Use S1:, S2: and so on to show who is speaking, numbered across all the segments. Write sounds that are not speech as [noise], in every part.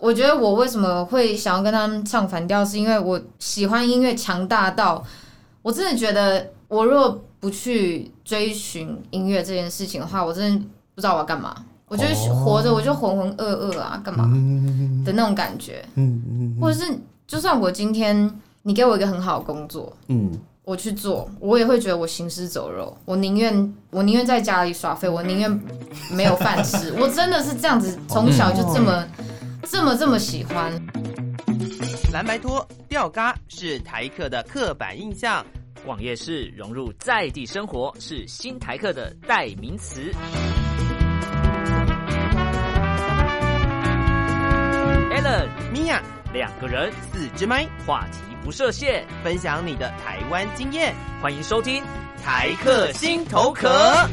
S1: 我觉得我为什么会想要跟他们唱反调，是因为我喜欢音乐强大到，我真的觉得我若不去追寻音乐这件事情的话，我真的不知道我要干嘛。我就是
S2: 哦
S1: 活着，我就浑浑噩噩啊，干嘛
S2: 嗯
S1: 的那种感觉，
S2: 嗯嗯
S1: 或者是就算我今天你给我一个很好的工作，
S2: 嗯，
S1: 我去做，我也会觉得我行尸走肉。我宁愿我宁愿在家里耍废，我宁愿没有饭吃。我真的是这样子，
S2: 嗯
S1: 从小就这么、这么这么喜欢。
S3: 蓝白拖、吊嘎是台客的刻板印象。
S4: 网页是融入在地生活，是新台客的代名词。Allen
S3: 米娅，
S4: 两个人，
S3: 四支麦，
S4: 话题不设限，
S3: 分享你的台湾经验，
S4: 欢迎收听
S3: 台
S4: 台
S3: 客
S4: 客
S3: 心
S4: 心
S3: 头
S4: 头
S3: 壳
S4: 壳。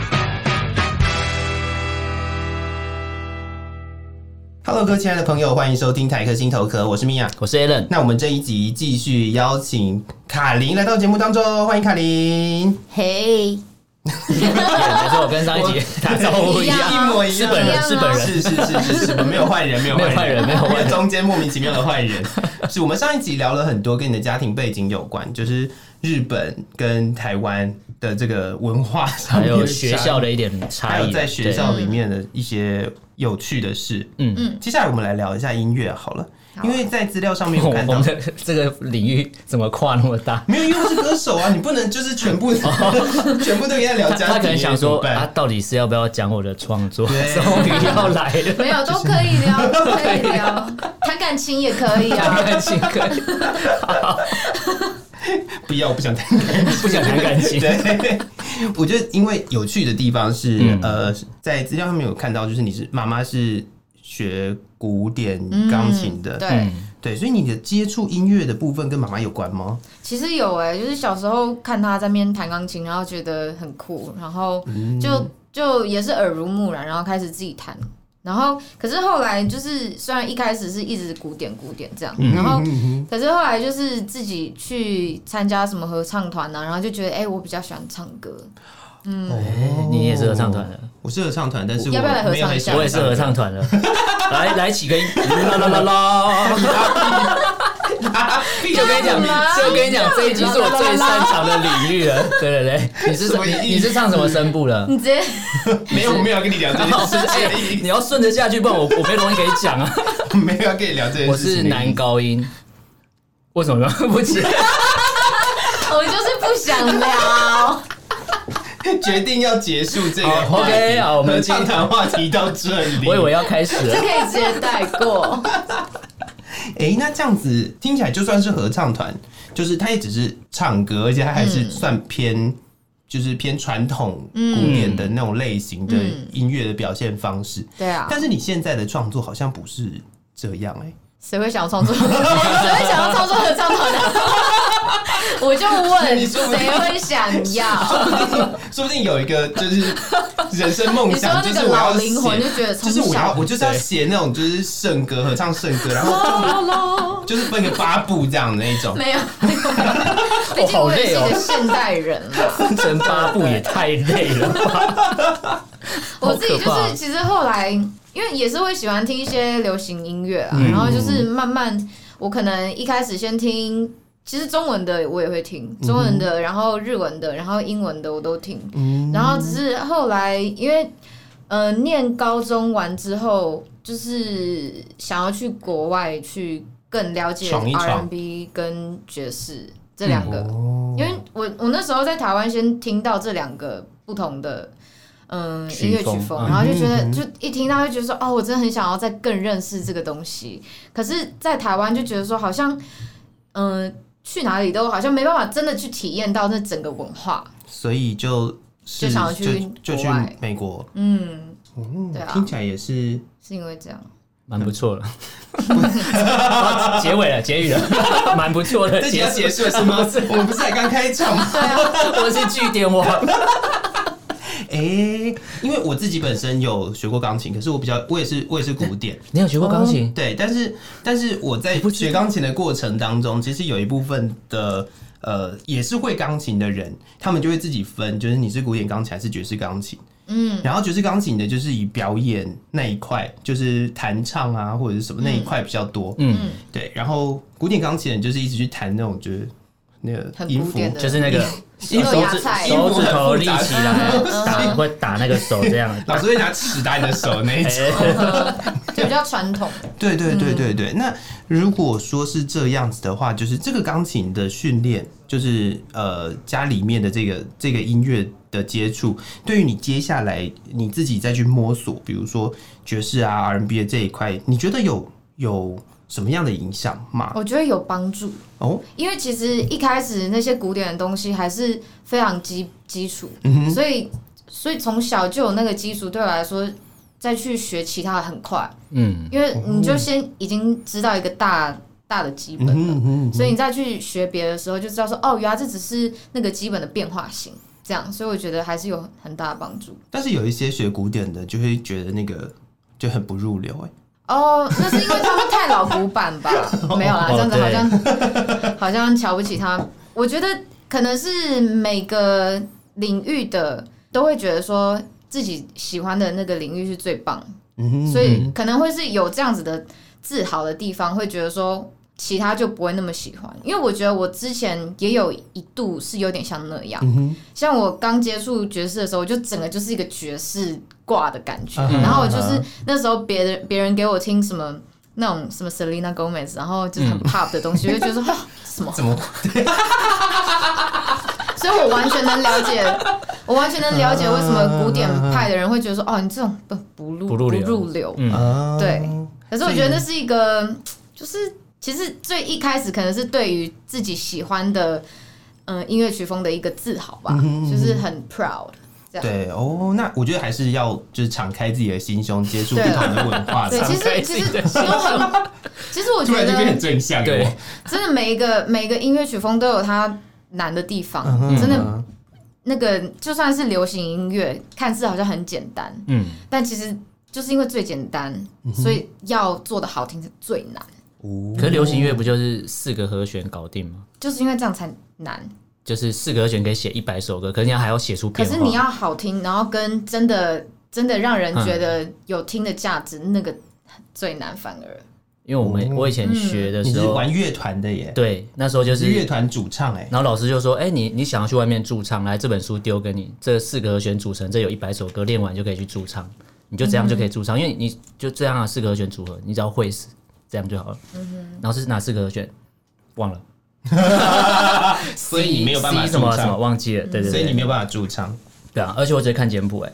S3: Hello，各位亲爱的朋友，欢迎收听台客心头壳，我是米娅。
S4: 我
S3: [laughs]
S4: 是 Allen，
S3: 那我们这一集继续邀请卡琳来到节目当中，欢迎卡琳。
S1: 嘿、
S4: 没错，我跟上一集
S3: [laughs]
S4: 打招呼一
S1: 一样
S4: 样，
S1: 啊
S3: 一模一
S4: 是
S3: 样，
S4: 本
S1: 一
S4: 人，
S1: 样啊
S4: 是本人。
S3: 是是是是是，没有坏啊人，没有坏人，
S4: 没有坏人没有 [laughs] 坏人
S3: 中间莫名其妙的坏人。是我们上一集聊了很多跟你的家庭背景有关，就是日本跟台湾的这个文化上
S4: 还
S3: 面的差异，
S4: 有学校的一点差
S3: 还
S4: 异，啊
S3: 有在学校里面的一些有趣的事。
S4: 嗯
S1: 嗯
S3: 接下来我们来聊一下音乐好了，
S1: 好
S3: 因为在资料上
S4: 对
S3: 面
S4: 我
S3: 有看
S4: 我
S3: 到
S4: 们。的 [laughs] 这个领域怎么跨那么大？
S3: [laughs] 没有，因为是歌手啊，你不能就是全
S4: [laughs]
S3: 部全部都给他聊
S4: 他
S3: 家庭，
S4: 他可能想
S3: 怎么
S4: 说，啊
S3: 办
S4: 他到底是要不要讲我的创作？
S3: 对
S4: [laughs] 终于要来了。 [laughs]
S1: 没有都可以聊， [laughs] 都可以聊，谈感情也可以啊。 [laughs]
S4: 感情可以，
S3: 不要，我不想谈感情，
S4: 不想谈感情
S3: 对， [laughs] 我觉得因为有趣的地方是，
S4: 嗯
S3: 呃，在资料上面有看到，就是你是妈妈是学古典钢琴的，
S1: 嗯对、
S3: 对，所以你的接触音乐的部分跟妈妈有关吗？
S1: 其实有哎、就是小时候看他在那边弹钢琴，然后觉得很酷，然后就、就也是耳濡目染，然后开始自己弹。然后，可是后来就是，虽然一开始是一直古典古典这样，然后可是后来就是自己去参加什么合唱团啊，然后就觉得，哎、我比较喜欢唱 [laughs] 歌，
S3: 哦
S4: 你也是合唱团的，
S3: 我是合唱团，但是
S1: 嗯
S3: 我
S1: 要不要来合
S3: 没有
S1: 唱一
S3: 很
S1: 下对
S3: 喜欢
S4: 我也是合唱团的。来来几个音，啦啦啦啦！
S3: [laughs]
S4: 就跟你讲，就跟你讲，这一集是我最擅长的领域了。 [laughs] 对对对，你是
S3: 什么意思
S4: 你你是唱什么声部了？
S1: 你直接
S3: 没有，我没有要跟你聊这件
S4: 哦，是
S1: [laughs]
S4: 哎
S3: 事，情，
S4: 你要顺着下去，不然我我没东西可以讲啊。
S3: 没有要跟你聊这件
S4: [laughs] 我
S3: 事情。
S4: 是男，高音，为什么不起？
S1: 我就是不想聊。
S3: [laughs] 决定要结束这个
S4: 好
S3: 话题。
S4: ，OK，好我们
S3: 合
S4: 今
S3: 唱团话题到这里。
S4: [laughs] 我以为要开始
S1: 这
S4: 了
S1: 可。以直接带过。
S3: 哎、那这样子听起来，就算是合唱团，就是他也只是唱歌，而且他还
S1: 嗯
S3: 是算偏、就是偏传统古典的那种类型的
S1: 嗯
S3: 音乐的表现方式。
S1: 对啊，
S3: 但是你现在的创作好像不是这样哎、
S1: 谁会想要 [laughs] 创作？谁会想要创作合唱团的？ [laughs] 我就问，谁会想要？
S3: 说不定有一个
S1: [laughs]
S3: 就是人生梦
S1: 你说
S3: 想，就
S1: 那
S3: 是
S1: 个
S3: 我
S1: 老
S3: 要
S1: 灵魂就
S3: 写。
S1: 觉得
S3: 就
S1: 从
S3: 是我要，
S1: 小
S3: 我就是要写那种就是圣歌，合唱圣歌，然后
S1: 啦啦
S3: 就就是分个八部这样的那种。
S1: 没 [laughs] 有，没有毕竟
S4: 好
S1: 我也是
S4: 累哦
S1: 一个现代人啊嘛。 [laughs]
S4: 分成八步也太累了吧？
S1: 我自己就
S4: 好可
S1: 是
S4: 怕
S1: 其实后来，因为也是会喜欢听一些流行音乐啊，然后就是慢慢，我可能一开始先听。其实中文的我也会听，中文的，然后日文的，然后英文的我都听，
S3: 嗯
S1: 然后只是后来因为呃念高中完之后，就是想要去国外去更了解
S3: 闯一闯
S1: R&B 跟爵士这两个，
S3: 哦
S1: 因为我我那时候在台湾先听到这两个不同的嗯
S4: 曲
S1: 音乐曲
S4: 风
S1: 风，
S4: 嗯
S1: 然后就觉得
S3: 嗯
S1: 就一听到就觉得说哦，我真的很想要再更认识这个东西。可是，在台湾就觉得说好像嗯、去哪里都好像没办法真的去体验到那整个文化。
S3: 所以就是
S1: 就想要去
S3: 就就去
S1: 国外
S3: 美国，
S1: 嗯，
S3: 嗯
S1: 对啊
S3: 听起来也是
S1: 是因为这样。
S4: 蛮不错了。 [laughs] 好结尾了，结语了，蛮不错 [laughs] 的
S3: 这集
S4: 结
S3: 要
S4: 束
S3: 结。束了是吗？ [laughs] 我们不是才刚开场吗？ [laughs]
S1: 对啊，
S4: [laughs] 我是据点王，
S3: 哎、因为我自己本身有学过钢琴，可是我比较，我也是，我也是古典。
S4: 你有学过钢琴？
S3: 对，但是但是我在学钢琴的过程当中，其实有一部分的呃也是会钢琴的人，他们就会自己分，就是你是古典钢琴还是爵士钢琴。嗯，然后爵士钢琴的就是以表演那一块，就是弹唱啊或者是什么那一块比较多，
S4: 嗯，
S3: 对。然后古典钢琴人就是一直去弹那种就是那个
S1: 很
S3: 音
S1: 古
S3: 符，
S1: 典的
S4: 就是那
S1: [laughs]
S4: 个
S1: 因哦为有
S4: 手
S1: 芽
S4: 指
S1: 菜
S4: 手指头立起
S1: 嗯
S4: 来
S1: 嗯
S4: 打，会打那个手这样。
S1: [laughs]
S4: [laughs]
S3: 老师会拿尺打你的手那一种。
S1: 就比较传统。
S3: 对对对对对。那如果说是这样子的话，就是这个钢琴的训练，就是呃家里面的这个这个音乐的接触，对于你接下来你自己再去摸索，比如说爵士啊、R&B 的这一块，你觉得有有什么样的影响吗？
S1: 我觉得有帮助，
S3: 哦，
S1: 因为其实一开始那些古典的东西还是非常基基础，
S3: 嗯
S1: 所以所以从小就有那个基础，对我来说再去学其他的很快，
S4: 嗯，
S1: 因为你就先已经知道一个大大的基本
S3: 嗯
S1: 了。
S3: 哼嗯哼
S1: 所以你再去学别的时候，就知道说哦，原来这只是那个基本的变化型，这样，所以我觉得还是有很大的帮助。
S3: 但是有一些学古典的就会觉得那个就很不入流哎、
S1: 哦，那是因为他们太老古板吧？没有啦，这样子好像好像瞧不起他。我觉得可能是每个领域的都会觉得说自己喜欢的那个领域是最棒，
S3: 嗯哼，
S1: 所以可能会是有这样子的自豪的地方，会觉得说其他就不会那么喜欢。因为我觉得我之前也有一度是有点像那样，
S3: 嗯
S1: 像我刚接触爵士的时候，我就整个就是一个爵士挂的感觉。
S3: 嗯哼
S1: 然后我就是
S3: 嗯
S1: 那时候别人别人给我听什么。那种什么 Selena Gomez，然后
S3: 嗯
S1: 就是很 pop 的东西，我就觉
S3: [laughs]
S1: 得说哇什么，
S3: 怎么
S1: [laughs] 所以我完全能了解，我完全能了解为什么古典派的人会觉得说哦，你这种不不入
S4: 不入流嗯
S1: 入流，
S3: 啊？
S1: 对可是我
S3: 所以
S1: 觉得那是一个，就是其实最一开始可能是对于自己喜欢的，嗯、音乐曲风的一个自豪吧，
S3: 嗯
S1: 就是很 proud 这样。
S3: 对哦，那我觉得还是要就是敞开自己的心胸，接触不
S1: 对啊
S3: 同的文化。
S1: 对，
S3: 这样
S1: 其
S4: 敞开
S1: 实
S4: 自
S1: 其
S4: 己
S1: 实
S4: 的
S1: 都很，其实我
S3: 突
S1: 觉
S3: 然就变
S1: 得
S3: 很正向，
S4: 对，
S1: 真的每一个每一个音乐曲风都有它难的地
S3: 嗯
S4: 嗯
S1: 方，真的。那个就算是流行音乐，看似好像很简单，
S4: 嗯，
S1: 但其实就是因为最简单，所以要做的好听是最难，
S3: 哦
S4: [laughs] 可是流行音乐不就是四个和弦搞定吗？
S1: 就是因为这样才难。
S4: 就是四个和弦可以写一百首歌，可是你要还要写出
S1: 可
S4: 变化。
S1: 是你要好听，然后跟真的真的让人觉得有听的价值，那个最难反而。
S4: [laughs] 因为我们
S1: 嗯
S3: 哦
S4: 我以前学的
S3: 你
S4: 时
S3: 是
S4: 候，
S3: 玩乐团的耶，
S4: 对，那时候就是是
S3: 乐团主唱哎，
S4: 然后老师就说：“哎、你你想要去外面驻唱，来这本书丢给你，这四个和弦组成，这有一百首歌，练完就可以去驻唱，你就这样就可以驻唱，
S1: 嗯
S4: 因为你就这样啊，四个和弦组合，你只要会死，这样就好了。
S1: 嗯
S4: 然后是哪四个和弦？忘了，
S3: 所以你没有办法
S4: C 什么
S3: 驻
S4: 什么
S3: 唱，
S4: 忘记了，对对
S3: 所以你
S4: 对，
S3: 没有办法驻唱，
S4: 对啊，而且我只会看简谱、哎，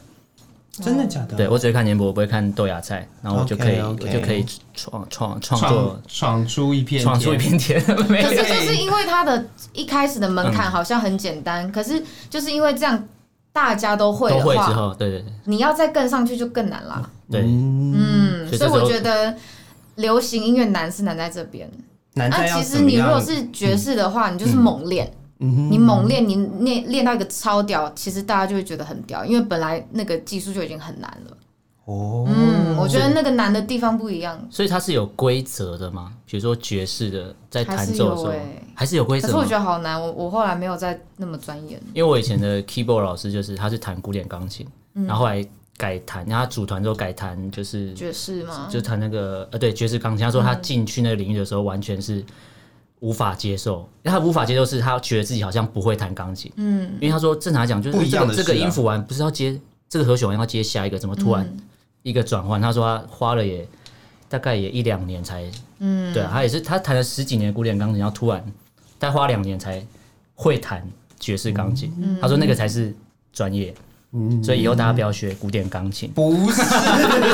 S3: 真的假的？
S4: 对我只会看简谱，我不会看豆芽菜，然后我就可以
S3: OK，OK
S4: 我就可以创创创
S3: 创
S4: 作
S3: 闯出一片天，
S4: 创出一片天， [laughs] 没
S1: 可
S4: 有
S1: 是就是因为它的一开始的门
S4: 嗯
S1: 槛好像很简单，可是就是因为这样大家都会
S4: 都
S1: 的
S4: 会之
S1: 话，
S4: 后，对对对
S1: 你要再跟上去就更难啦。
S4: 对，
S3: 嗯，
S1: 嗯，
S4: 所
S1: 所
S4: 以
S1: 以
S4: 这时候
S1: 我觉得流行音乐难是难在这边。
S3: 难
S1: 那
S3: 在要
S1: 啊其实
S3: 怎么
S1: 你如果
S3: 样？嗯
S1: 是爵士的话，你就是猛练。你猛练，你练练到一个超屌，其实大家就会觉得很屌，因为本来那个技术就已经很难了。
S3: 哦，
S1: 嗯，我觉得那个难的地方不一样。
S4: 所以它是有规则的吗？比如说爵士的在弹奏的时
S1: 还是有
S4: 候
S1: 欸
S4: 还是有规
S1: 可
S4: 则
S1: 是
S4: 吗
S1: 我觉？得好难，我我后来没有再那么钻研。
S4: 因为我以前的 keyboard 老师就是他是弹古典钢琴，然后后来改弹，然后他组团之后改弹就是
S1: 嗯爵士
S4: [laughs]
S1: 吗？嗯
S4: 就弹那个呃对爵士钢琴。他说他进去那个领域的时候完全是无法接受，因为他无法接受是他觉得自己好像不会弹钢琴，嗯，因为他说正常来讲就是
S3: 不一样的
S4: 这个这
S3: 事
S4: 个
S3: 啊
S4: 音符完不是要接这个和弦完要接下一个，怎么突然
S1: 嗯
S4: 一个转换？他说他花了也大概也一两年才，嗯，对啊，他也是他弹了十几年古典钢琴，然后突然他花两年才会弹爵士钢琴，
S1: 嗯
S4: 他说那个才是专业。
S3: 嗯
S4: 所以以后大家不要学古典钢琴，
S3: 不是，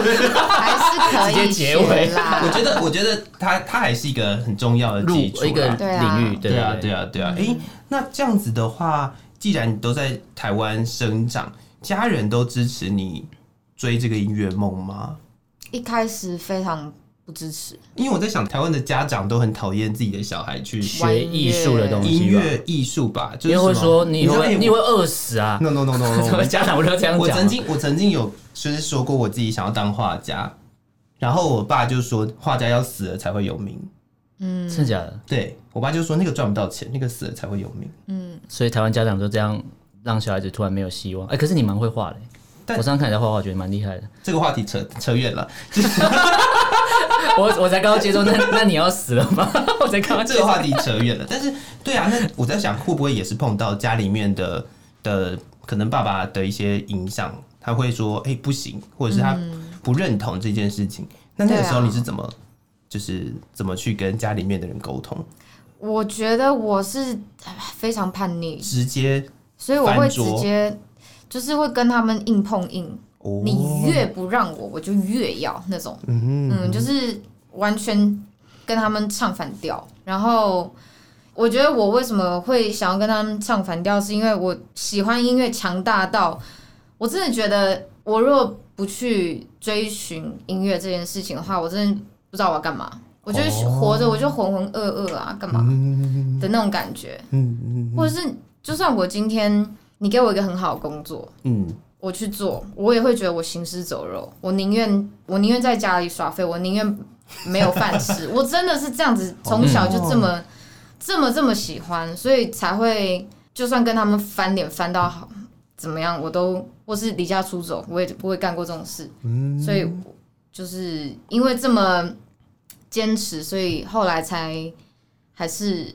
S1: 还是可以
S4: 直接结尾
S1: 学啦
S3: 我。觉得，我觉得它它还是一个很重要的
S4: 入
S3: 基础啦，
S4: 一个
S1: 对啊
S4: 领域，
S3: 对啊，对啊，对啊。诶，那这样子的话，既然你都在台湾生长，家人都支持你追这个音乐梦吗？
S1: 一开始非常不支持，
S3: 因为我在想，台湾的家长都很讨厌自己的小孩去
S4: 学艺术的东西吧，
S3: 音乐艺术吧，就
S4: 因
S3: 是
S4: 为会
S3: 什么
S4: 说你以后会你
S3: 你哎
S4: 以后会饿死啊！
S3: no no no
S4: [laughs]
S3: no
S4: 我
S3: no，
S4: 们家长不都这
S3: 嗯
S4: 样啊
S3: 我曾
S4: 讲吗？
S3: 经我曾经有就是说过我自己想要当画家，然后我爸就说画家要死了才会有名，
S4: 真的假的？
S3: 对我爸就说那个赚不到钱，那个死了才会有名。
S4: 所以台湾家长都这样，让小孩子突然没有希望。哎，可是你蛮会画的欸，
S3: 但
S4: 我上次看你在画画，觉得蛮厉害的。
S3: 这个话题扯扯远了，就是
S4: 我我才刚刚接受，那那你要死了吗？ [laughs] 我才刚刚
S3: 这个话题扯远了。但是，对啊，那我在想，会不会也是碰到家里面的的可能爸爸的一些影响，他会说，哎、不行，或者是他不认同这件事情。那那个时候
S1: 嗯对啊
S3: 你是怎么，就是怎么去跟家里面的人沟通？
S1: 我觉得我是哎非常叛逆，
S3: 直接
S1: 所以我会
S3: 翻
S1: 直
S3: 桌
S1: 接就是会跟他们硬碰硬，
S3: 哦，
S1: 你越不让我，我就越要那种，
S3: 嗯
S1: 嗯，就是完全跟他们唱反调。然后我觉得我为什么会想要跟他们唱反调，是因为我喜欢音乐强大到我真的觉得，我若不去追寻音乐这件事情的话，我真的不知道我要干嘛。我就是
S3: 哦
S1: 活着，我就浑浑噩噩啊，干嘛
S3: 嗯
S1: 的那种感觉，
S3: 嗯
S1: 或者是就算我今天你给我一个很好的工作，
S3: 嗯
S1: 我去做，我也会觉得我行尸走肉。我宁愿我宁愿在家里耍废，我宁愿没有饭吃。我真的是这样子，从小就这么、这么这么喜欢，所以才会就算跟他们翻脸翻到好怎么样，我都或是离家出走，我也不会干过这种事。
S3: 嗯
S1: 所以我就是因为这么坚持，所以后来才还是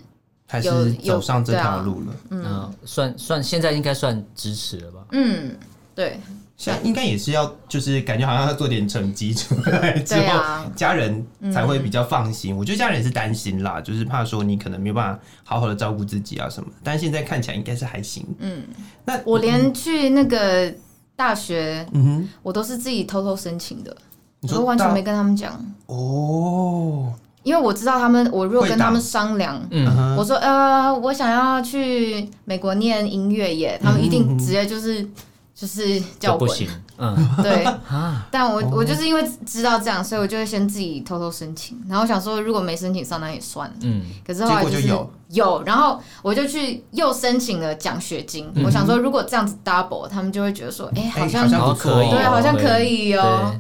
S3: 还
S1: 有
S3: 是
S1: 有
S3: 走上这
S1: 对啊
S3: 条路了。
S4: 嗯，算算现在应该算支持了吧？
S1: 嗯，对
S3: 现在应该也是要，就是感觉好像要做点成绩出来之
S1: 对
S3: 后，
S1: 啊，
S3: 家人才会比较放心。我觉得家人也是担心啦，就是怕说你可能没有办法好好的照顾自己啊什么的。但现在看起来应该是还行。
S1: 嗯，
S3: 那
S1: 我连去那个大学，
S3: 嗯哼，
S1: 我都是自己偷偷申请的，
S3: 你
S1: 我
S3: 说
S1: 都完全
S3: 到
S1: 没跟他们讲，
S3: 哦，
S1: 因为我知道他们，我如果
S3: 会
S1: 跟他
S3: 挡
S1: 们商量，
S3: 嗯
S4: 嗯，
S3: 哼
S1: 我说呃，我想要去美国念音乐耶，他们一
S3: 嗯
S1: 定直接就是就是叫
S4: 就
S1: 我
S4: 不
S1: 滚，
S4: 行，嗯
S1: [laughs] 对，
S4: 啊，
S1: 但
S3: 哦
S1: 我、我就是因为知道这样，所以我就会先自己偷偷申请，然后想说如果没申请上那也算了。
S4: 嗯
S1: 可是后来
S3: 结果
S1: 是
S3: 就有
S1: 有，然后我就去又申请了奖学金。我想说，如果这样子 double，他们就会觉得说，哎、
S3: 嗯哎
S1: 好像、
S3: 好像不错
S4: 可以哦，
S1: 对，好像可以哦、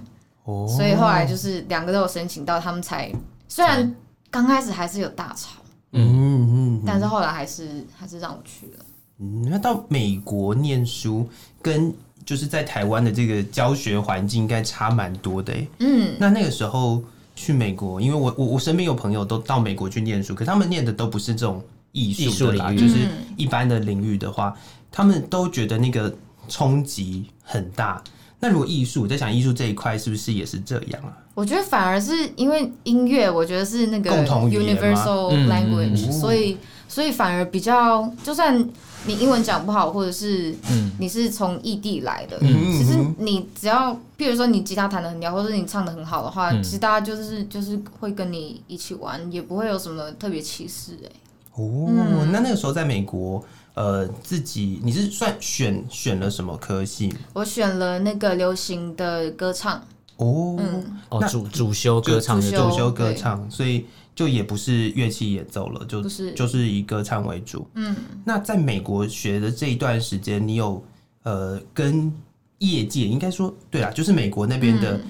S3: 哦，
S1: 所以后来就是两个都有申请到，他们才虽然刚开始还是有大吵，
S3: 嗯嗯
S1: 但是后来还是还是让我去了。
S3: 嗯，那到美国念书跟就是在台湾的这个教学环境应该差蛮多的、欸。
S1: 嗯，
S3: 那那个时候去美国，因为我我我身边有朋友都到美国去念书，可他们念的都不是这种艺
S4: 艺
S3: 术
S4: 术
S3: 的啦，
S4: 领域
S3: 就是
S1: 嗯
S3: 一般的领域的话，他们都觉得那个冲击很大。那如果艺术，我在想艺术这一块是不是也是这样啊？
S1: 我觉得反而是因为音乐，我觉得是那个
S3: 共同语言吗
S1: universal
S4: 嗯
S1: language，、
S3: 嗯
S1: 所以所以反而比较，就算你英文讲不好，或者是
S4: 嗯
S1: 你是从异地来的，
S3: 嗯
S1: 其实你只要，譬如说你吉他弹的很屌，或者你唱的很好的话，
S4: 嗯
S1: 其实大家就是就是会跟你一起玩，也不会有什么特别歧视、欸。
S3: 哦，那那个时候在美国，呃，自己你是算选选了什么科系？
S1: 我选了那个流行的歌唱，
S3: 哦，
S1: 嗯，
S4: 哦
S3: 那
S4: 主主修歌唱
S1: 主
S4: 的
S1: 修
S3: 主修歌唱，所以就也不是乐器演奏了，就
S1: 不是
S3: 就是以歌唱为主。
S1: 嗯，
S3: 那在美国学的这一段时间，你有呃跟业界应该说对啦，就是美国那边
S1: 嗯
S3: 的、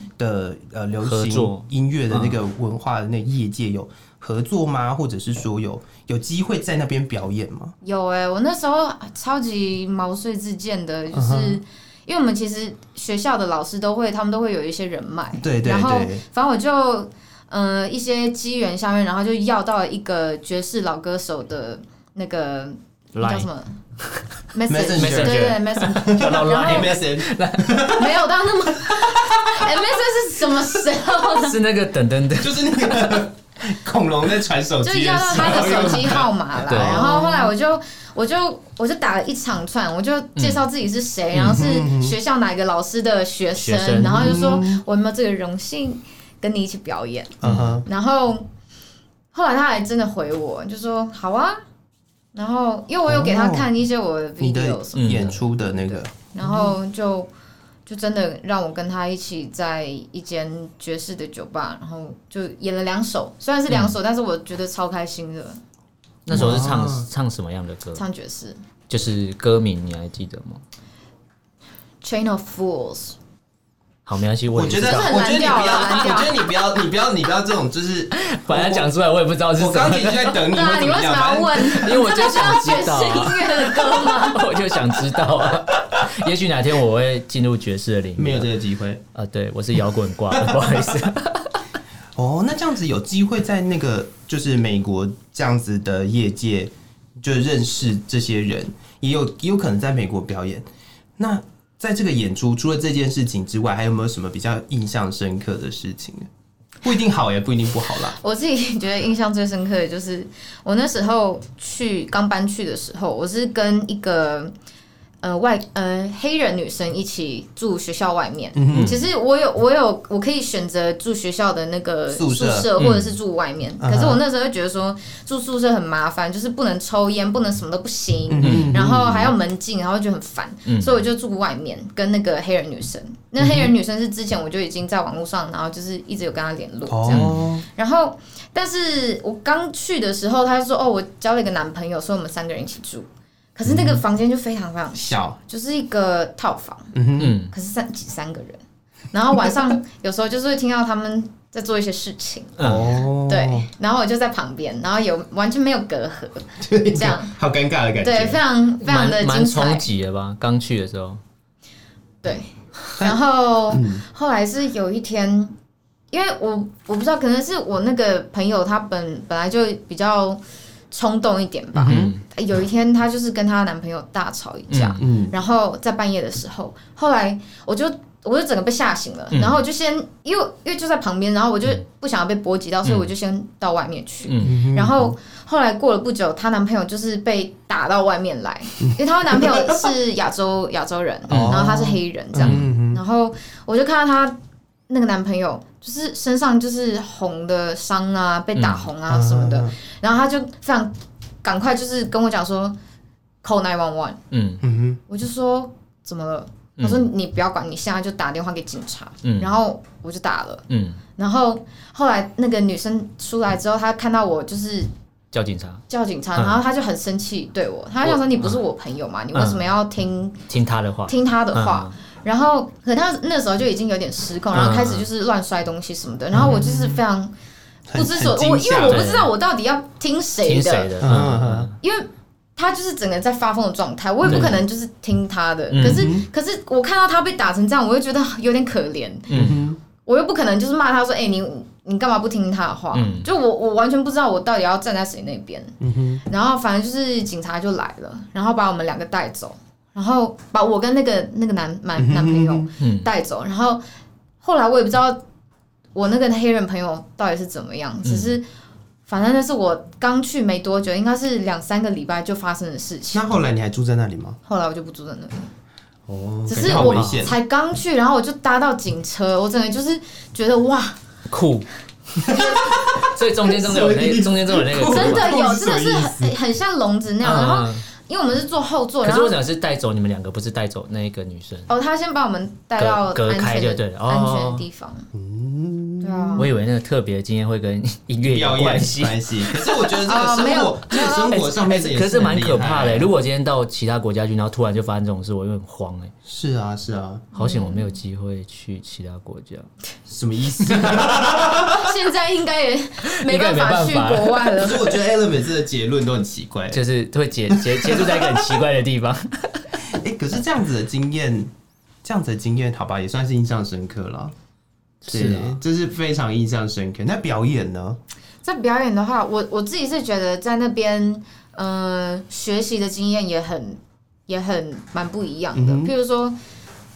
S3: 的呃流
S4: 合
S3: 行
S4: 作
S3: 音乐的那个文化的那业界有合作吗？或者是说有有机会在那边表演吗？
S1: 有哎、我那时候超级毛遂自荐的，
S3: 嗯
S1: 就是、因为我们其实学校的老师都会，他们都会有一些人脉，
S3: 对对
S1: 然后
S3: 对，
S1: 反正我就嗯、呃一些机缘下面，然后就要到一个爵士老歌手的那个那叫什
S4: Line
S1: 么
S3: [laughs]
S1: 对
S3: Messenger
S1: 对
S4: [laughs]
S1: messenger，
S4: 叫到
S1: 然
S4: Line
S1: 后 [laughs]
S3: MSN
S1: 没有到那么 [laughs] 哎 messenger 是什么时候？
S4: 是那个等等等，
S3: 就是那个恐龙在传手
S1: 就
S3: 机
S1: 要
S3: 的
S1: 到
S3: 时
S1: 他的
S3: 候
S1: 手
S3: 用。
S1: 机号码啦。
S4: 对
S1: 然后后来我就我就我就打了一长串，我就介绍自己是谁，然后是学校哪个老师的学生，
S4: 学生
S1: 然后就说我有没有这个荣幸跟你一起表演。
S3: 嗯哼，
S1: 然后后来他还真的回我，就说好啊。然后因为我有给他看一些我的
S3: 你
S1: video
S3: 的
S1: 什么，
S3: 演出的那个，
S1: 然后就。就真的让我跟他一起在一间爵士的酒吧，然后就演了两首，虽然是两首，但是我觉得超开心的。
S4: 那时候是
S3: 哇
S4: 唱唱什么样的歌？
S1: 唱爵士
S4: 就是歌名你还记得吗？
S1: 《Chain of Fools
S4: 好，没关系，
S3: 我
S4: 也
S3: 觉得，
S4: 不知道
S1: 很
S3: 我觉得你
S1: 难
S3: 不
S1: 调
S3: 要，
S1: 啦难
S3: 我
S1: 调
S3: 觉得你不要，你不要，你不要这种，就是
S4: [laughs] 本来讲出来我也不知道是
S3: [laughs] 我
S4: 什
S3: 刚
S4: 么
S3: 刚，一直在等》。你
S1: 对啊，
S3: 会怎
S1: 你为
S3: 么
S1: 什
S3: 样？
S1: 么要问？
S4: 因为我就
S1: 真
S3: 啊
S1: 的需要
S4: 想知
S1: 爵
S4: 道
S1: 士音
S4: [laughs] 啊，
S1: 乐的歌吗？
S3: [laughs]
S4: 我就想知道啊，也许哪天我会进入爵士的领域。
S3: 没有这个机会。
S4: 啊，对我是摇滚挂的，不
S3: [laughs]
S4: 好意思。
S3: 哦，那这样子有机会在那个就是美国这样子的业界，就认识这些人，也有也有可能在美国表演。那在这个演出，除了这件事情之外，还有没有什么比较印象深刻的事情呢？不一定好也不一定不好啦。
S1: [laughs] 我自己觉得印象最深刻的就是我那时候去刚搬去的时候，我是跟一个呃外呃黑人女生一起住学校外面。
S3: 嗯
S1: 其实我有我有我可以选择住学校的那个
S3: 宿
S1: 宿
S3: 舍
S4: 嗯
S1: 或者是住外面。
S3: 嗯
S1: 可是我那时候就觉得说住宿舍很麻烦，就是不能抽烟，不能什么都不行。
S3: 嗯
S1: 然后还要门禁，然后就很烦，
S4: 嗯
S1: 所以我就住外面跟那个黑人女生。
S3: 嗯
S1: 那黑人女生是之前我就已经在网络上，然后就是一直有跟她联络这样。
S3: 哦，
S1: 然后，但是我刚去的时候，她说哦，我交了一个男朋友，所以我们三个人一起住。可是那个房间就非常非常，
S3: 小，
S1: 就是一个套房，
S4: 嗯，
S1: 可是三几三个人。然后晚上有时候就是会听到他们在做一些事情，
S4: 嗯，
S3: 哦，
S1: 对，然后我就在旁边，然后有完全没有隔阂，
S3: 对
S1: 这样，
S3: 好尴尬的感觉。
S1: 对，非常非常的
S4: 蛮
S1: 精
S4: 蛮
S1: 彩
S4: 冲。击的吧？刚去的时候， [laughs]
S1: 对，然后
S4: 嗯
S1: 后来是有一天，因为我我不知道，可能是我那个朋友他本本来就比较冲动一点吧。哎
S4: 嗯
S1: 有一天，她就是跟她男朋友大吵一架，
S3: 嗯，
S1: 然后在半夜的时候，后来我就。我就整个被吓醒了，
S4: 嗯
S1: 然后我就先，因为因为就在旁边，然后我就不想要被波及到，所以
S4: 嗯
S1: 我就先到外面去。
S4: 嗯
S1: 然后后来过了不久，她男朋友就是被打到外面来，
S4: 嗯
S1: 因为她男朋友是亚洲亚洲人，
S3: 哦
S1: 然后他是黑人这样，
S3: 嗯
S4: 嗯
S1: 然后我就看到她那个男朋友就是身上就是红的伤啊，被打红
S4: 嗯
S1: 啊什么的，
S3: 啊，
S1: 然后她就非常赶快就是跟我讲说 call nine one one，
S4: 嗯
S3: 嗯
S1: 我就说怎么了？
S4: 嗯
S1: 我说你不要管，你现在就打电话给警察，
S4: 嗯
S1: 然后我就打了。
S4: 嗯，
S1: 然后后来那个女生出来之后，她看到我就是
S4: 叫警察，
S1: 叫警察，
S4: 嗯
S1: 然后他就很生气对我，他就想说你不是我朋友嘛，你为什么要听
S4: 听他的话，
S1: 听他的话？
S4: 嗯，
S1: 然后可他那时候就已经有点失控，然后开始就是乱摔东西什么的，然后我就是非常
S3: 很
S1: 不知所
S3: 很惊
S1: 我，因为
S3: 吓
S1: 我不知道我到底要听谁
S4: 听谁
S1: 的，
S4: 的？
S3: 嗯嗯嗯
S4: 嗯
S1: 因为。他就是整个在发疯的状态，我也不可能就是听他的。
S4: 嗯
S1: 可是，可是我看到他被打成这样，我又觉得有点可怜。
S4: 嗯
S1: 我又不可能就是骂他说：“哎、你你干嘛不听他的话？”
S4: 嗯
S1: 就我我完全不知道我到底要站在谁那边。
S3: 嗯哼，
S1: 然后反正就是警察就来了，然后把我们两个带走，然后把我跟那个那个男男男朋友
S4: 嗯
S1: 带走，然后后来我也不知道我那个黑人朋友到底是怎么样，
S4: 嗯
S1: 只是反正那是我刚去没多久，应该是两三个礼拜就发生的事情
S3: 那。后来你还住在那里吗？
S1: 后来我就不住在那里，
S3: 哦，
S1: 只
S3: 感
S1: 是
S3: 觉好
S1: 我
S3: 危险。
S1: 才刚去，然后我就搭到警车，我整个就是觉得
S4: [laughs]
S1: 哇， [laughs]
S4: 酷。所以中间真的有
S3: 什么意
S4: 那
S3: 思
S4: 中间真的有那个
S3: 酷
S4: 酷啊，
S1: 真的有，
S3: 是
S1: 真的
S3: 什么
S1: 是
S3: 意思
S1: 很很像笼子那样。然后
S4: 嗯。
S1: 因为我们是坐后座，
S4: 可
S1: 然
S4: 是
S1: 后
S4: 我想是带走你们两个，不是带走那个女生。
S1: 哦，他先把我们带到
S4: 隔隔
S1: 安
S4: 开
S1: 全
S4: 就
S1: 的
S4: 对了哦
S1: 安全的地方。
S3: 嗯，
S1: 对啊
S4: 我，以为那个特别的经验会跟音乐有关系，
S3: 关系。可是我觉得这个
S1: 啊
S3: 生
S1: 没
S3: 活
S1: 有，哎
S3: 这个生活上面的也
S4: 可是
S3: 很
S4: 蛮
S3: 厉
S4: 可怕的、欸
S3: 害啊
S4: 如果今天到其他国家去，然后突然就发生这种事，我会很慌哎、
S3: 是啊，是啊，
S4: 好险我没有机会去其他国家，
S3: 什么
S1: [laughs]
S3: 意思？
S1: 现在应
S4: [laughs]
S1: 该也没办法去
S4: 应该没办
S1: 国
S4: 法
S1: 外
S3: 可
S1: 了。
S3: 是我觉得 e l e m e n t 的结论都很奇怪。哎、
S4: 就是会结结结束在一个很奇怪的地方。
S3: 哎可是这样子的经验，这样子的经验，好吧，也算是印象深刻了。
S4: 是
S3: 对
S4: 啊，
S3: 这 [laughs] 是非常印象深刻。那表演呢？
S1: 在表演的话，我我自己是觉得在那边，嗯，学习的经验也很也很蛮不一样的。
S3: 嗯哼
S1: 譬如说，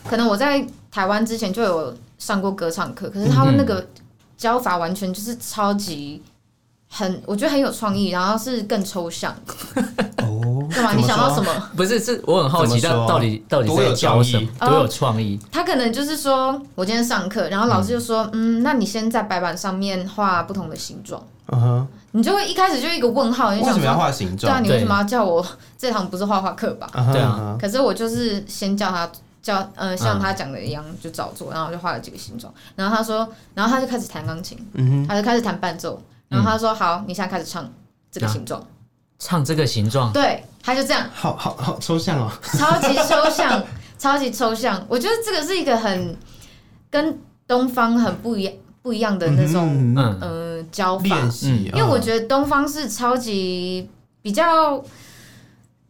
S1: 可能我在台湾之前就有上过歌唱课，可是他们
S4: 嗯哼
S1: 那个教法完全就是超级。很，我觉得很有创意，然后是更抽象。
S3: 哦，
S1: [laughs] 干嘛？你想到什
S3: 么？
S1: 么？
S4: [laughs] 不是是我很好奇，
S3: 怎么说
S4: 到
S3: 啊
S4: 到底到底
S3: 多有
S4: 在教
S3: 创
S4: 什
S3: 意
S4: 么，多有创意。
S1: 他可能就是说，我今天上课，然后老师就说，嗯那你先在白板上面画不同的形状，
S3: 嗯哼，
S1: 你就会一开始就一个问号，你就
S3: 为
S1: 想
S3: 什么要
S1: 说，
S3: 画形
S1: 对啊，
S3: 状？
S1: 你为什么要叫我这堂不是画画课吧？
S3: 嗯哼
S4: 对啊，
S3: 嗯哼
S1: 可是我就是先叫他叫，呃，像他讲的一样就照做，然后我就画了几个形状，然后他说，然后他就开始弹钢琴，
S3: 嗯
S1: 他就开始弹伴奏，然后他说，好，你现在开始唱这个形状，
S4: 唱这个形状，
S1: 对，他就这样
S3: 哼，，好好好抽象哦。
S1: 超级抽象，超级抽象。我觉得这个是一个很跟东方很不一样不一样的那种
S3: 嗯
S4: 嗯，
S1: 呃教法，
S3: 练习，哦
S1: 因为我
S3: 得
S1: 觉得东方是超级比较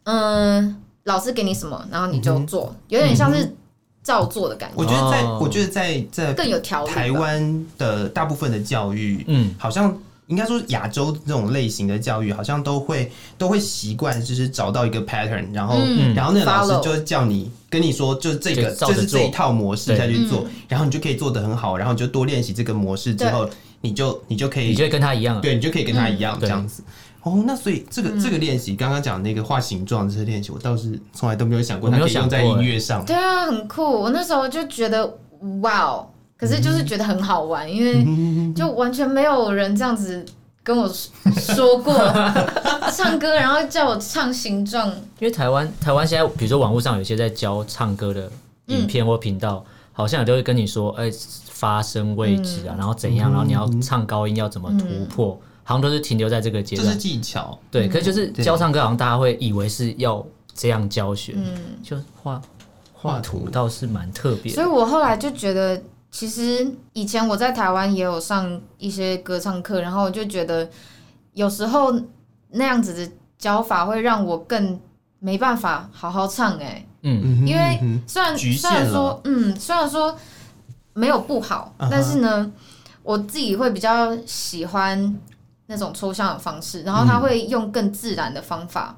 S1: 嗯、老师给你什么，然后你
S3: 嗯
S1: 就做，有点像是照做的感觉，
S3: 我觉得在，
S4: 哦
S3: 我觉得在在
S1: 更有条理吧。
S3: 台湾的大部分的教育，
S4: 嗯，
S3: 好像应该说亚洲这种类型的教育，好像都会都会习惯，就是找到一个 pattern，然后、
S1: 嗯
S3: 然后那个老
S1: Follow
S3: 师就会叫你跟你说，就是这个
S4: 就照着
S3: 就是这一
S4: 做
S3: 套模式
S4: 对嗯
S3: 下去做，然后你就可以做得很好，然后你就多练习这个模式之后，你就你就可
S4: 你
S3: 以
S4: 就会跟他一样啊，
S3: 对你就可以跟他一样
S4: 嗯
S3: 这样子。哦，那所以这个这个练习，刚刚讲那个画形状这些练习，我倒是从来都没有想过，
S4: 我
S3: 它
S4: 没
S3: 可
S4: 有
S3: 以用
S4: 想
S3: 在
S4: 过
S3: 音
S4: 欸
S3: 乐上。
S1: 对啊，很酷。我那时候就觉得哇哦，可是就是觉得很好玩，因
S3: 嗯
S1: 为就完全没有人这样子跟我说 [laughs] 说过唱歌，然后叫我唱形状。
S4: 因为台湾台湾现在，比如说网络上有些在教唱歌的影片或频道，好像也都会跟你说，哎、发声位置
S1: 嗯
S4: 啊，然后怎样，然后你要唱高音要怎么突破，好像都是停留在这个阶
S3: 这
S4: 段。
S3: 是技巧，
S4: 对，可是
S1: 嗯
S4: 就是
S3: 对
S4: 教唱歌，好像大家会以为是要这样教学，
S1: 嗯
S4: 就画
S3: 画
S4: 画
S3: 图
S4: 图倒是蛮特别
S1: 所
S4: 的。
S1: 以我后来就觉得，其实以前我在台湾也有上一些歌唱课，然后我就觉得有时候那样子的教法会让我更没办法好好唱哎、
S4: 嗯，
S3: 嗯哼
S1: 因为
S3: 嗯哼
S1: 虽然
S3: 局
S1: 虽
S3: 限
S1: 然
S3: 了
S1: 说，嗯，虽然说没有不好
S3: 嗯哼
S1: 但是呢，我自己会比较喜欢那种抽象的方式，然后他会用更自然的方法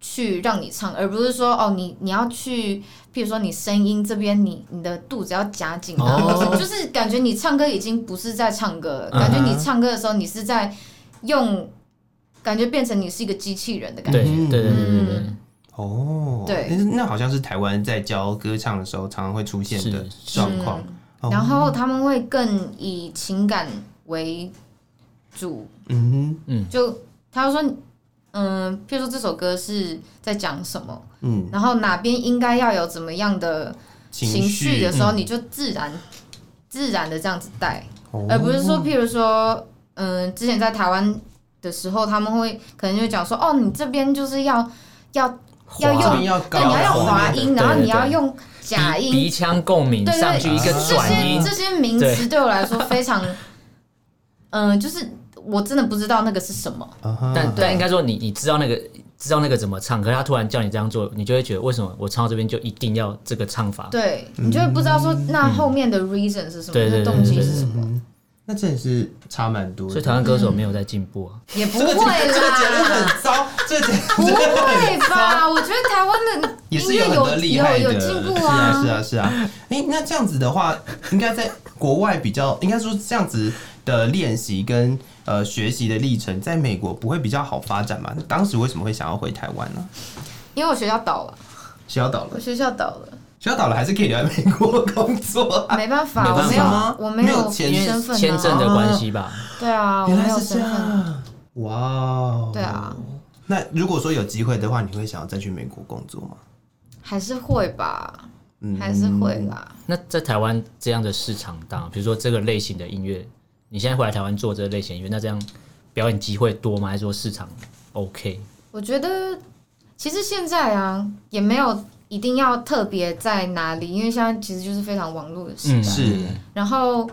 S1: 去让你唱，而不是说哦，你你要去，譬如说你声音这边，你你的肚子要夹紧啊，
S4: 哦
S1: 或是就是感觉你唱歌已经不是在唱歌了
S4: 嗯哼
S1: 感觉你唱歌的时候，你是在用，感觉变成你是一个机器人的感觉。
S4: 对对对对对对
S1: 嗯
S3: 哦，
S1: 对
S3: 但是那好像是台湾在教歌唱的时候常常会出现的
S4: 是
S3: 状况。哦
S1: 然后他们会更以情感为主，
S3: 嗯
S1: 就他说，嗯、譬如说这首歌是在讲什么，
S3: 哼嗯，
S1: 然后哪边应该要有怎么样的情绪的时候，你就自然、自然的这样子带，
S3: 哦
S1: 呃而不是说，譬如说，嗯、之前在台湾的时候，他们会可能就讲说，哦，你这边就是要要要
S3: 这
S1: 用
S3: 边要
S1: 对，
S3: 高，
S1: 你要用
S3: 那
S1: 滑
S3: 边
S1: 音，
S4: 对
S1: 然后
S4: 对
S1: 你要
S4: 对
S1: 用假
S4: 鼻
S1: 音，
S4: 鼻腔共鸣
S1: 对对
S4: 上去一个
S3: 啊
S1: 这
S4: 转
S1: 些
S4: 音
S1: 这，些名词对我来说非常，嗯、就是我真的不知道那个是什么。
S3: 啊哈
S4: 但
S1: 嗯对
S4: 但应该说你你知道那个知道那个怎么唱，可是他突然叫你这样做，你就会觉得为什么我唱到这边就一定要这个唱法？
S1: 对你就会不知道说那后面的 reason 是什么，
S4: 对
S1: 那
S4: 对对
S1: 动机
S4: 对对
S1: 是
S4: 对
S1: 什么，
S3: 那真的是差蛮多的。
S4: 所以台湾歌手没有在进步啊。
S1: 也不
S3: 这个这个这个节
S1: 啦，
S3: 目很糟，这个节
S1: 不会吧？我觉得台湾的
S3: 也
S1: 音
S3: 是有
S1: 乐
S3: 很多
S1: 有
S3: 厉害的，
S1: 有有进步
S3: 是啊，是啊，是啊。哎、那这样子的话，应该在国外比较，应该说这样子的练习跟呃学习的历程，在美国不会比较好发展嘛？那当时为什么会想要回台湾呢、
S1: 因为我学校倒了，
S3: 学校倒了
S1: 我，学校倒了，
S3: 学校倒了还是可以留在美国工作、啊。
S1: 没办法，
S4: 没
S1: 我
S4: 办
S1: 没
S3: 法
S1: 有我
S3: 没有
S1: 有
S3: 签
S1: 身份啊
S4: 签证的关系吧，
S1: 对啊，我
S3: 原
S1: 没
S3: 来
S1: 有
S3: 是
S1: 身
S3: 这
S1: 份，
S3: 样，哇哦！
S1: 对啊。
S3: 那如果说有机会的话，你会想要再去美国工作吗？
S1: 还是会吧，
S3: 嗯
S1: 还是会啦。
S4: 那在台湾这样的市场大，比如说这个类型的音乐，你现在回来台湾做这个类型的音乐，那这样表演机会多吗？还是说市场 OK？
S1: 我觉得其实现在啊，也没有一定要特别在哪里，因为现在其实就是非常网络的时代。
S4: 嗯
S3: 是
S1: 然后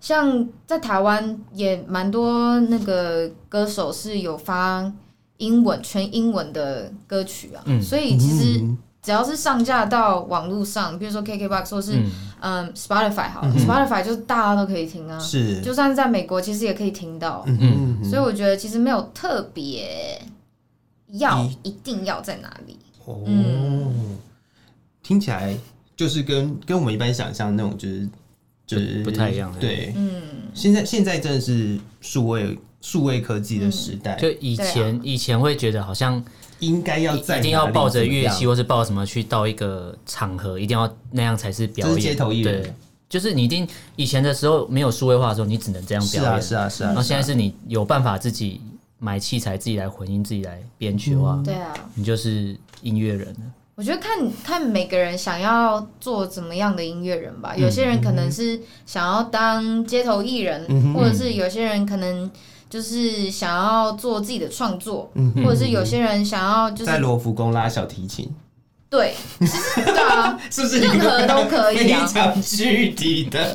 S1: 像在台湾也蛮多那个歌手是有发英文全英文的歌曲啊，
S4: 嗯
S1: 所以其实
S3: 嗯
S1: 只要是上架到网络上，比如说 KKBox 或是
S4: 嗯，
S1: 嗯 Spotify 好了、
S3: 嗯
S1: s p o t i f y 就是大家都可以听啊，
S3: 是，
S1: 就算是在美国其实也可以听到。
S3: 嗯嗯
S1: 所以我觉得其实没有特别要
S3: 一
S1: 一定要在哪里，
S3: 哦，
S1: 嗯
S3: 听起来就是跟跟我们一般想象那种就是就是
S4: 不不太一样的
S3: 对，
S1: 嗯，
S3: 现在现在真的是数位数位科技
S1: 嗯
S3: 的时代，
S4: 就以
S1: 啊
S4: 前以前会觉得好像
S3: 应该要在
S4: 一定要
S3: 哪里
S4: 抱着乐
S3: 怎么
S4: 器
S3: 样，
S4: 或是抱着什么去到一个场合，一定要那样才是表
S3: 这
S4: 演。
S3: 是街头艺
S4: 对
S3: 人，，
S4: 就是你一定以前的时候没有数位化的时候，你只能这样
S3: 是
S4: 表演。嗯
S3: 啊是啊是啊
S4: 然后，现在是你有办法自己买器材、自己来混音、自己来编曲的话，
S3: 嗯
S1: 对啊，
S4: 你就是音乐人了。
S1: 我觉得看看每个人想要做怎么样的音乐人
S3: 嗯
S1: 吧，有些人可能是想要当街头艺人，
S3: 嗯
S1: 或者是有些人可能就是想要做自己的创作，
S3: 嗯
S1: 或者是有些人想要就是
S3: 在罗浮宫拉小提琴，
S1: 对，其实对啊，
S3: 是不是你们
S1: 任何都可以啊
S3: 非常具体的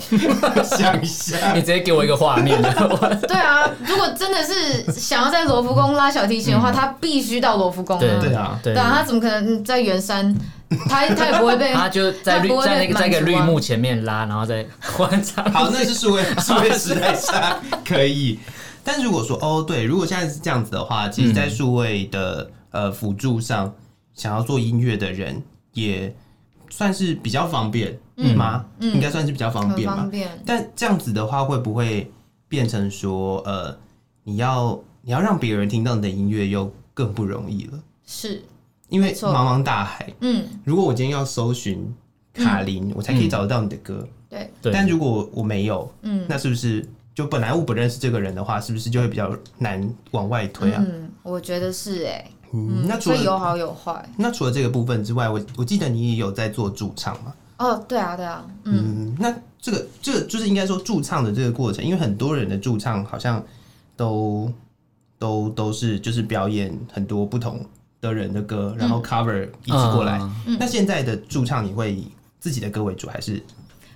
S3: 想象
S1: [laughs]
S4: 你。直接给我一个画面，
S1: 对啊。如果真的是想要在罗浮宫拉小提琴的话，他必须到罗浮宫啊。
S4: 对
S3: 嗯对啊，
S4: 对
S1: 对，啊，他怎么可能在圆山？他他也不会
S3: [laughs]
S1: 被
S4: [laughs] 他就在
S1: 他
S4: 绿
S1: 不会被
S4: 在那个在一个
S1: 满足
S4: 绿
S1: 啊
S4: 幕前面拉，然后再换上。
S3: 好，那是数位数位时代下可以。但如果说哦，对，如果现在是这样子的话，其实，在数位的、呃辅助上，想要做音乐的人也算是比较方便吗？应该算是比较方
S1: 嗯很
S3: 便吧
S1: 方。便。
S3: 但这样子的话，会不会变成说呃，你要你要让别人听到你的音乐又更不容易了？
S1: 是，
S3: 因为
S1: 没错
S3: 茫茫大海，
S1: 嗯，
S3: 如果我今天要搜寻卡林，我才可以找得到你的歌。
S1: 嗯对，
S4: 对，
S3: 但如果我没有，
S1: 嗯
S3: 那是不是就本来我不认识这个人的话，是不是就会比较难往外推啊？
S1: 嗯，我觉得是哎，
S3: 嗯，
S1: 嗯
S3: 那，除
S1: 所以有
S3: 了
S1: 好有坏。
S3: 那除了这个部分之外，我我记得你也有在做驻唱嘛？
S1: 哦，对啊，对啊，嗯，
S3: 嗯，那这个这个就是应该说驻唱的这个过程，因为很多人的驻唱好像都都都是就是表演很多不同的人的
S1: 嗯
S3: 歌，然后 cover 一起过来。
S4: 嗯
S3: 那现在的驻唱你会以自己的歌为主，还是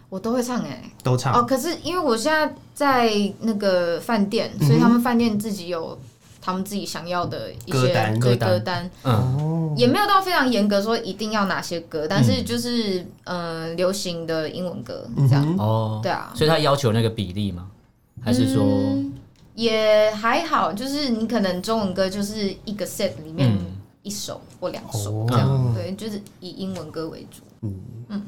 S1: 我都会唱哎。
S3: 都唱？
S1: 哦，可是因为我现在在那个饭店，所以他们饭店自己有他们自己想要的一
S3: 歌
S1: 些
S3: 单
S1: 对
S4: 歌单
S1: 歌单，
S4: 嗯，
S3: 哦
S1: 也没有到非常严格说一定要哪些歌，但是就是嗯、呃流行的英文歌这样。
S4: 哦，
S1: 对啊，
S4: 所以他要求那个比例吗？还是说，
S1: 嗯也还好，就是你可能中文歌就是一个 set 里面
S4: 嗯
S1: 一首或两首，
S3: 哦
S4: 这样
S1: 对，就是以英文歌为主。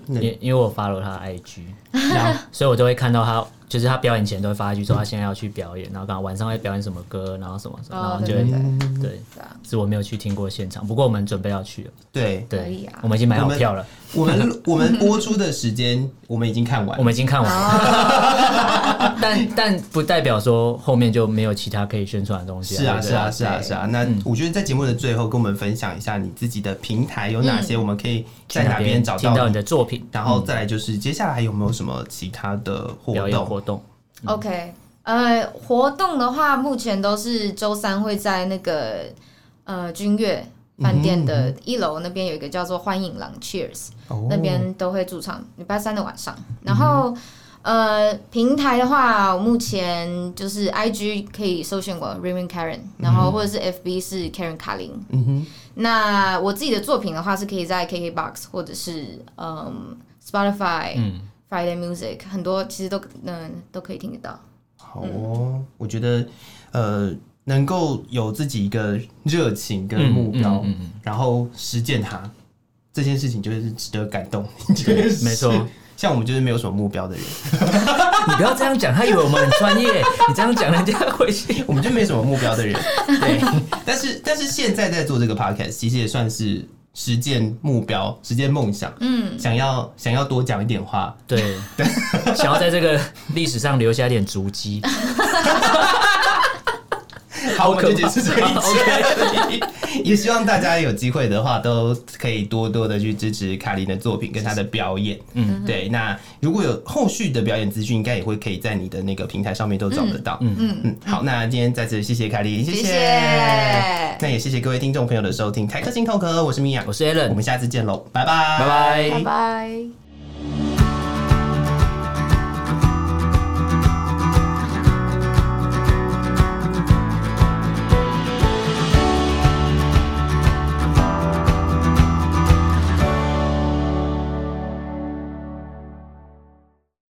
S3: 那
S4: 因因为我 follow 他的 IG，
S3: 然后
S4: 所以我都会看到他，就是他表演前都会发一句说他现在要去表演，然后刚好晚上会表演什么歌，然后什么什么，然
S1: 哦
S4: 后，就
S1: 对对
S4: 会
S1: 对，
S4: 对，
S1: 对啊，
S4: 是我没有去听过现场，不过我们准备要去了，
S3: 对，
S1: 可以
S4: 对
S1: 啊，
S4: 我们已经买
S3: 我
S4: 好
S3: 们
S4: 票了，
S3: 我
S4: [laughs]
S3: 们我们播出的时间我们已经看完
S4: 我
S3: 了，
S4: 们已经看完了， [laughs] 但但不代表说后面就没有其他可以宣传的东西，
S3: 是啊
S4: 对
S3: 是
S4: 不对嗯
S3: 啊是啊是啊。那我觉得在节目的最后，跟我们分享一下你自己的平台有哪些，
S4: 嗯
S3: 我们可以在
S4: 去
S3: 哪边找
S4: 听到
S3: 到
S4: 你
S3: 你。
S4: 的作品，
S3: 然后再来就是接下来还有没有什么其他的活
S4: 表演
S3: 动？
S4: 活动，
S1: OK，呃，活动的话，目前都是周三会在那个呃君悦饭店的一楼那边有一个叫做欢迎郎 Cheers，、
S3: 哦
S1: 那边都会驻唱，礼拜三的晚上。然后、呃，平台的话，我目前就是 IG 可以搜寻我 Raymond Karen，然后或者是 FB 是 Karen 卡琳。嗯哼。那我自己的作品的话，是可以在 KKBox 或者是嗯 Spotify、
S4: 嗯，
S1: Friday Music 很多其实都嗯都可以听得到。
S3: 好哦，我觉得呃，能够有自己一个热情跟目标
S4: 嗯嗯嗯嗯，
S3: 然后实践它，这件事情就是值得感
S4: [laughs]
S3: 动。
S4: 没错，
S3: [laughs] 像我们就是没有什么目标的人，
S4: 你不要这样讲，他以为我们很专业，你这样讲人家会信。
S3: 我们就没什么目标的 [laughs] 人，对。但是但是现在在做这个 podcast，其实也算是实践目标、实践梦想。嗯，想要想要多讲一点 [laughs] 话，
S4: 对，想要在这个历史上留下一点足迹，
S3: 好，我
S4: 可
S3: 们
S4: 怕
S3: 就结束这一集。 [laughs] 也希望大家有机会的话，都可以多多的去支持卡琳的作品跟她的表演。嗯，对。那如果有后续的表演资讯，应该也会可以在你的那个平台上面都找得到。嗯嗯好，那今天再次谢谢卡琳，谢
S1: 谢谢
S3: 那也谢谢各位听众朋友的收听《台客心透壳》，我是米娅，
S4: 我是 Alan，
S3: 我们下次见喽，拜拜，
S4: 拜拜
S1: 拜。